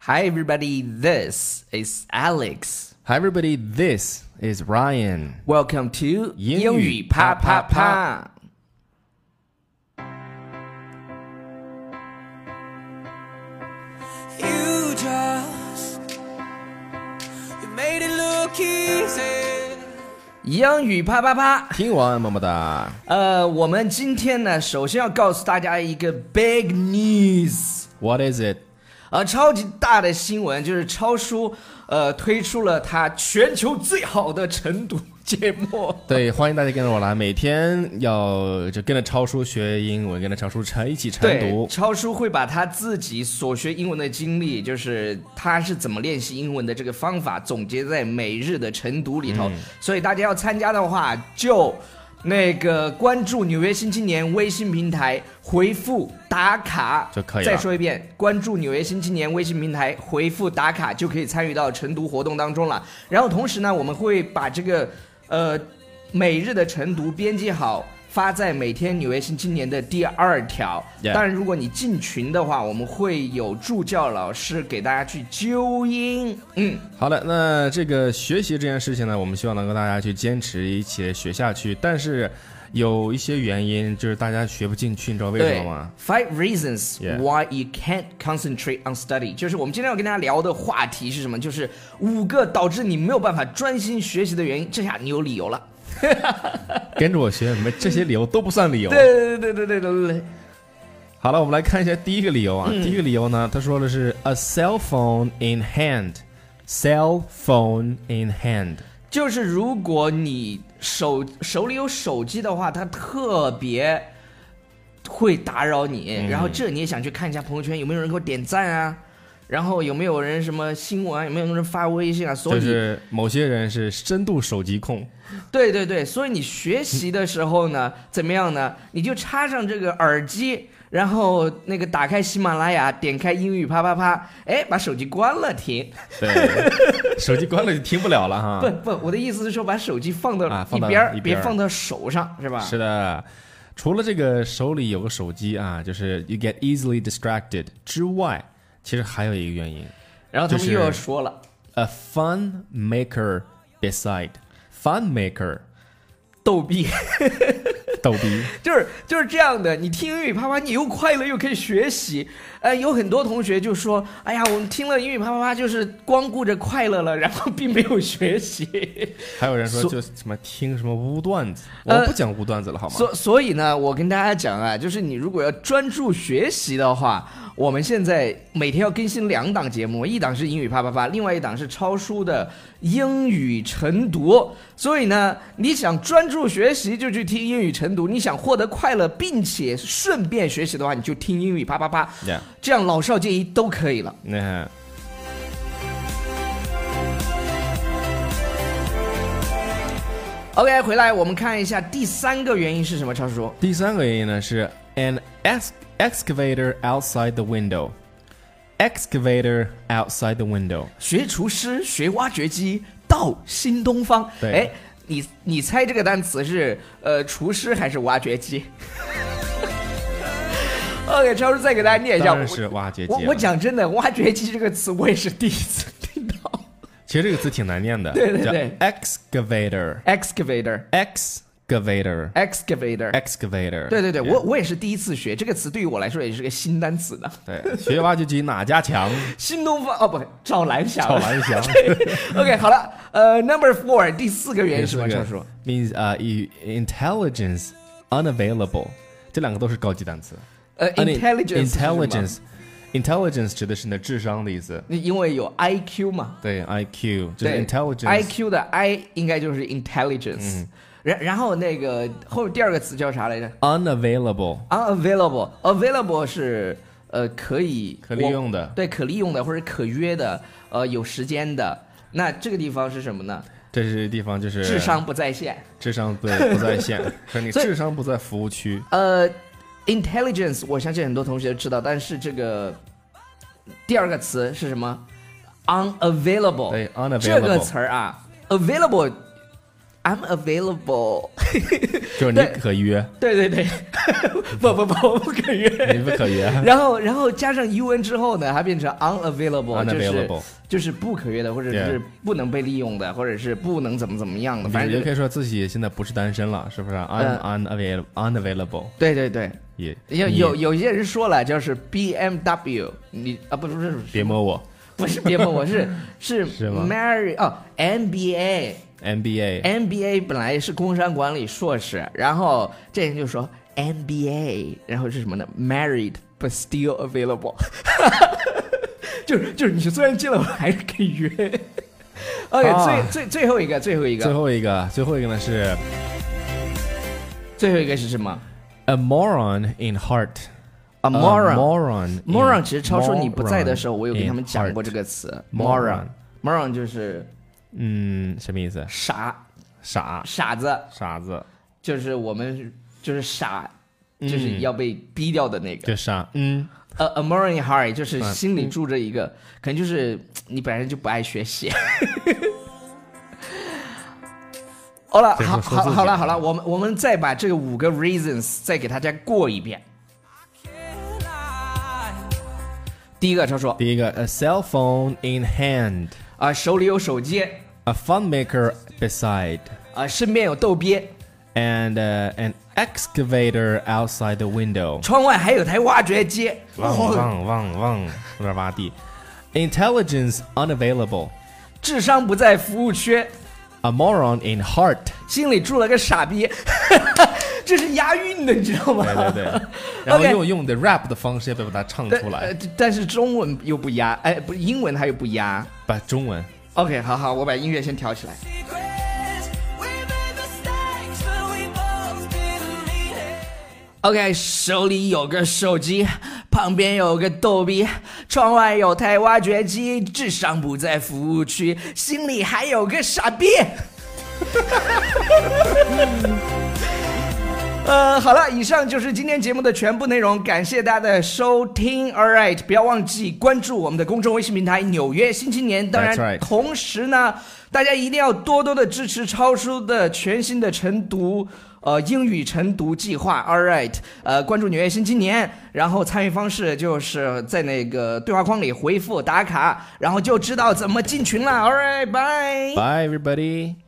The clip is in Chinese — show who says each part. Speaker 1: Hi, everybody. This is Alex.
Speaker 2: Hi, everybody. This is Ryan.
Speaker 1: Welcome to
Speaker 2: 英语啪啪啪。
Speaker 3: You just you made it look easy.
Speaker 1: 英语啪啪啪。
Speaker 2: 听完么么哒。
Speaker 1: 呃，我们今天呢，首先要告诉大家一个 big news，
Speaker 2: What is it？
Speaker 1: 呃，超级大的新闻就是超叔呃推出了他全球最好的晨读节目。
Speaker 2: 对，欢迎大家跟着我来，每天要就跟着超叔学英文，跟着超叔晨一起晨
Speaker 1: 对，
Speaker 2: 读。
Speaker 1: 超叔会把他自己所学英文的经历，就是他是怎么练习英文的这个方法，总结在每日的晨读里头。
Speaker 2: 嗯
Speaker 1: 所以大家要参加的话，就那个关注《纽约新青年》微信平台，回复打卡
Speaker 2: 就可以了
Speaker 1: 再说一遍，关注《纽约新青年》微信平台，回复打卡就可以参与到晨读活动当中了。然后同时呢，我们会把这个呃每日的晨读编辑好。发在每天《纽约新青年》的第二条。
Speaker 2: Yeah
Speaker 1: 当然，如果你进群的话，我们会有助教老师给大家去纠音。嗯，
Speaker 2: 好了，那这个学习这件事情呢，我们希望能够大家去坚持一起学下去，但是有一些原因就是大家学不进去，你知道为什
Speaker 1: 对
Speaker 2: 么吗？
Speaker 1: ，Five reasons
Speaker 2: Yeah
Speaker 1: why you can't concentrate on study，就是我们今天要跟大家聊的话题是什么？就是五个导致你没有办法专心学习的原因。这下你有理由了。
Speaker 2: 跟着我学，没这些理由都不算理由。
Speaker 1: 对对对对对对对。
Speaker 2: 好了，我们来看一下第一个理由啊。第一个理由呢，他说的是 a cell phone in hand，cell phone in hand。
Speaker 1: 就是如果你手手里有手机的话，它特别会打扰你。
Speaker 2: 嗯
Speaker 1: 然后这你也想去看一下朋友圈有没有人给我点赞啊，然后有没有人什么新闻啊，有没有人发微信啊？所
Speaker 2: 就
Speaker 1: 以、
Speaker 2: 是某些人是深度手机控，
Speaker 1: 对对对，所以你学习的时候呢，怎么样呢？你就插上这个耳机。然后那个打开喜马拉雅，点开英语啪啪啪，哎，把手机关了停。
Speaker 2: 啊对，手机关了就听不了了
Speaker 1: 不
Speaker 2: 哈。
Speaker 1: 不， 我的意思是说把手机放到
Speaker 2: 啊放
Speaker 1: 一
Speaker 2: 到
Speaker 1: 边儿，
Speaker 2: 一边
Speaker 1: 别
Speaker 2: 儿
Speaker 1: 放到手上，是吧？
Speaker 2: 是的，除了这个手里有个手机啊，就是 you get easily distracted 之外，其实还有一个原因
Speaker 1: 然后他们
Speaker 2: 就是
Speaker 1: 又要说了，
Speaker 2: ，a fun maker beside fun maker
Speaker 1: 逗逼，
Speaker 2: 逗逼，
Speaker 1: 就是就是这样的。你听英语啪啪，你又快乐又可以学习。呃，有很多同学就说：“哎呀，我们听了英语啪啪啪，就是光顾着快乐了，然后并没有学习。
Speaker 2: 还有人说
Speaker 1: 所
Speaker 2: 就什么听什么污段子，
Speaker 1: 呃
Speaker 2: 我不讲污段子了好吗？
Speaker 1: 所所以呢，我跟大家讲啊，就是你如果要专注学习的话，我们现在每天要更新两档节目，一档是英语啪啪啪，另外一档是超叔的英语晨读。所以呢，你想专注学习就去听英语晨读，你想获得快乐并且顺便学习的话，你就听英语啪啪啪，
Speaker 2: Yeah，
Speaker 1: 这样老少皆宜都可以了。
Speaker 2: 那
Speaker 1: OK，回来我们看一下第三个原因是什么，超叔。
Speaker 2: 第三个原因呢是 an ex- excavator outside the window。Excavator outside the window，
Speaker 1: 学厨师，学挖掘机，到新东方。
Speaker 2: 对
Speaker 1: 哎，你你猜这个单词是呃厨师还是挖掘机 ？OK，超叔再给大家念一下。
Speaker 2: 当然
Speaker 1: 我
Speaker 2: 是挖掘机
Speaker 1: 哎
Speaker 2: 啊
Speaker 1: 我
Speaker 2: 了。
Speaker 1: 我讲真的，挖掘机这个词我也是第一次听 到。
Speaker 2: 其实这个词挺难念的，
Speaker 1: 对对对
Speaker 2: 叫 excavator
Speaker 1: excavator
Speaker 2: excavator
Speaker 1: excavator，
Speaker 2: excavator，
Speaker 1: 对对对，我我也是第一次学这个词，对于我来说也是个新单词呢。
Speaker 2: 对学挖掘机哪家 强？
Speaker 1: 新东方哦不，赵兰祥。
Speaker 2: 赵兰祥。
Speaker 1: OK，好了，呃，Number Four 第四个原因是什么？
Speaker 2: 这
Speaker 1: 超
Speaker 2: 个
Speaker 1: 叔
Speaker 2: means 啊、i intelligence unavailable，这两个都是高级单词。
Speaker 1: 呃
Speaker 2: Un-
Speaker 1: ，intelligence 是什么
Speaker 2: intelligence intelligence 啊指的是你的智商的意思。
Speaker 1: 你因为有 IQ 嘛，
Speaker 2: 对，IQ 就是
Speaker 1: 对
Speaker 2: intelligence。嗯
Speaker 1: IQ 的 I 应该就是 intelligence，、然然后那个后面第二个词叫啥来着
Speaker 2: unavailable
Speaker 1: ？unavailable，available 是呃可以
Speaker 2: 可利用的
Speaker 1: 我对，可利用的或者可约的，呃有时间的。那这个地方是什么呢？
Speaker 2: 这是地方就是
Speaker 1: 智商不在线。
Speaker 2: 智商不在不在 线，和你
Speaker 1: 所以
Speaker 2: 智商不在服务区。
Speaker 1: 呃，intelligence 我相信很多同学知道，但是这个第二个词是什么？unavailable。
Speaker 2: 对，unavailable
Speaker 1: 这个词儿啊，available。 I'm available。
Speaker 2: 就是你
Speaker 1: 对
Speaker 2: 可约，
Speaker 1: 对对对，不不不，我不可
Speaker 2: 你
Speaker 1: 约。
Speaker 2: 不可约
Speaker 1: 然后，然后加上 un 之后呢，它变成 unavailable，就是
Speaker 2: ，unavailable。
Speaker 1: 就是不可约的，或者
Speaker 2: Yeah
Speaker 1: 是不能被利用的，或者是不能怎么怎么样的，
Speaker 2: 你
Speaker 1: 反正
Speaker 2: 就
Speaker 1: 就
Speaker 2: 可以说自己现在不是单身了，是不是？I'm 啊 unavailable, unavailable
Speaker 1: 对对对，
Speaker 2: 也
Speaker 1: 有
Speaker 2: 你
Speaker 1: 有有些人说了，就是 BMW，你啊不是不是
Speaker 2: 别摸我
Speaker 1: 不是别碰我是是
Speaker 2: 是吗
Speaker 1: Mary 哦 MBA
Speaker 2: MBA
Speaker 1: MBA 本来是工商管理硕士，然后这人就说 MBA，然后是什么呢？Married but still available，就是就是你虽然结了婚还是可以约。OK，、
Speaker 2: 啊
Speaker 1: 最最最后一个最后一个
Speaker 2: 最后一个最后一个呢是
Speaker 1: 最后一个是什
Speaker 2: 啊
Speaker 1: 么
Speaker 2: a moron in heart
Speaker 1: ？A
Speaker 2: a
Speaker 1: moron。
Speaker 2: moron in-
Speaker 1: moron 其实超叔你不在的时候，
Speaker 2: moron
Speaker 1: 我有跟他们
Speaker 2: in
Speaker 1: 讲过
Speaker 2: heart
Speaker 1: 这个词。moron
Speaker 2: Moron
Speaker 1: moron 就是
Speaker 2: 嗯什么意思？
Speaker 1: 傻
Speaker 2: 傻
Speaker 1: 傻子，
Speaker 2: 傻子
Speaker 1: 就是我们就是傻，
Speaker 2: 嗯
Speaker 1: 就是要被逼掉的那个。
Speaker 2: 就傻嗯
Speaker 1: 呃 a m o r i n hard 就是
Speaker 2: 嗯
Speaker 1: 心里住着一个，可能就是你本身就不爱学习。 好了，
Speaker 2: 这是
Speaker 1: 好，
Speaker 2: 说
Speaker 1: 好，
Speaker 2: 自己啊
Speaker 1: 好了，好了，我们我们再把这个五个 reasons 再给大家过一遍。
Speaker 3: Can't lie.
Speaker 1: 第一个，他说
Speaker 2: 第一个 a cell phone in hand
Speaker 1: 啊，手里有手机，
Speaker 2: a fun maker beside
Speaker 1: 啊，身边有逗鳖，
Speaker 2: and uh, an excavator outside the window
Speaker 1: 窗外还有台挖掘机。
Speaker 2: 汪
Speaker 1: 哦
Speaker 2: 汪汪汪，有点挖地。Intelligence unavailable,
Speaker 1: 智商不在服务区，
Speaker 2: a moron in heart
Speaker 1: 心里住了个傻逼， 这是押韵的，你知道吗？
Speaker 2: 对对对，然后
Speaker 1: OK
Speaker 2: 用用的 rap 的方式要把它唱
Speaker 1: 但
Speaker 2: 出
Speaker 1: 呃
Speaker 2: 来，
Speaker 1: 但是中文又不押，哎，不，英文它又不押。
Speaker 2: 把中文
Speaker 1: OK，好好，我把音乐先调起来。
Speaker 3: Secrets. We made mistakes, but we both didn't mean it.
Speaker 1: OK，手里有个手机，旁边有个逗逼，窗外有台挖掘机，智商不在服务区，心里还有个傻逼。 呃，好了，以上就是今天节目的全部内容，感谢大家的收听。All right，不要忘记关注我们的公众微信平台《纽约新青年》，当然
Speaker 2: That's right
Speaker 1: 同时呢，大家一定要多多的支持超叔的全新的晨读。呃，英语晨读计划，All right，呃，关注纽约新青年，然后参与方式就是在那个对话框里回复打卡，然后就知道怎么进群了，All right，bye。
Speaker 2: Bye everybody。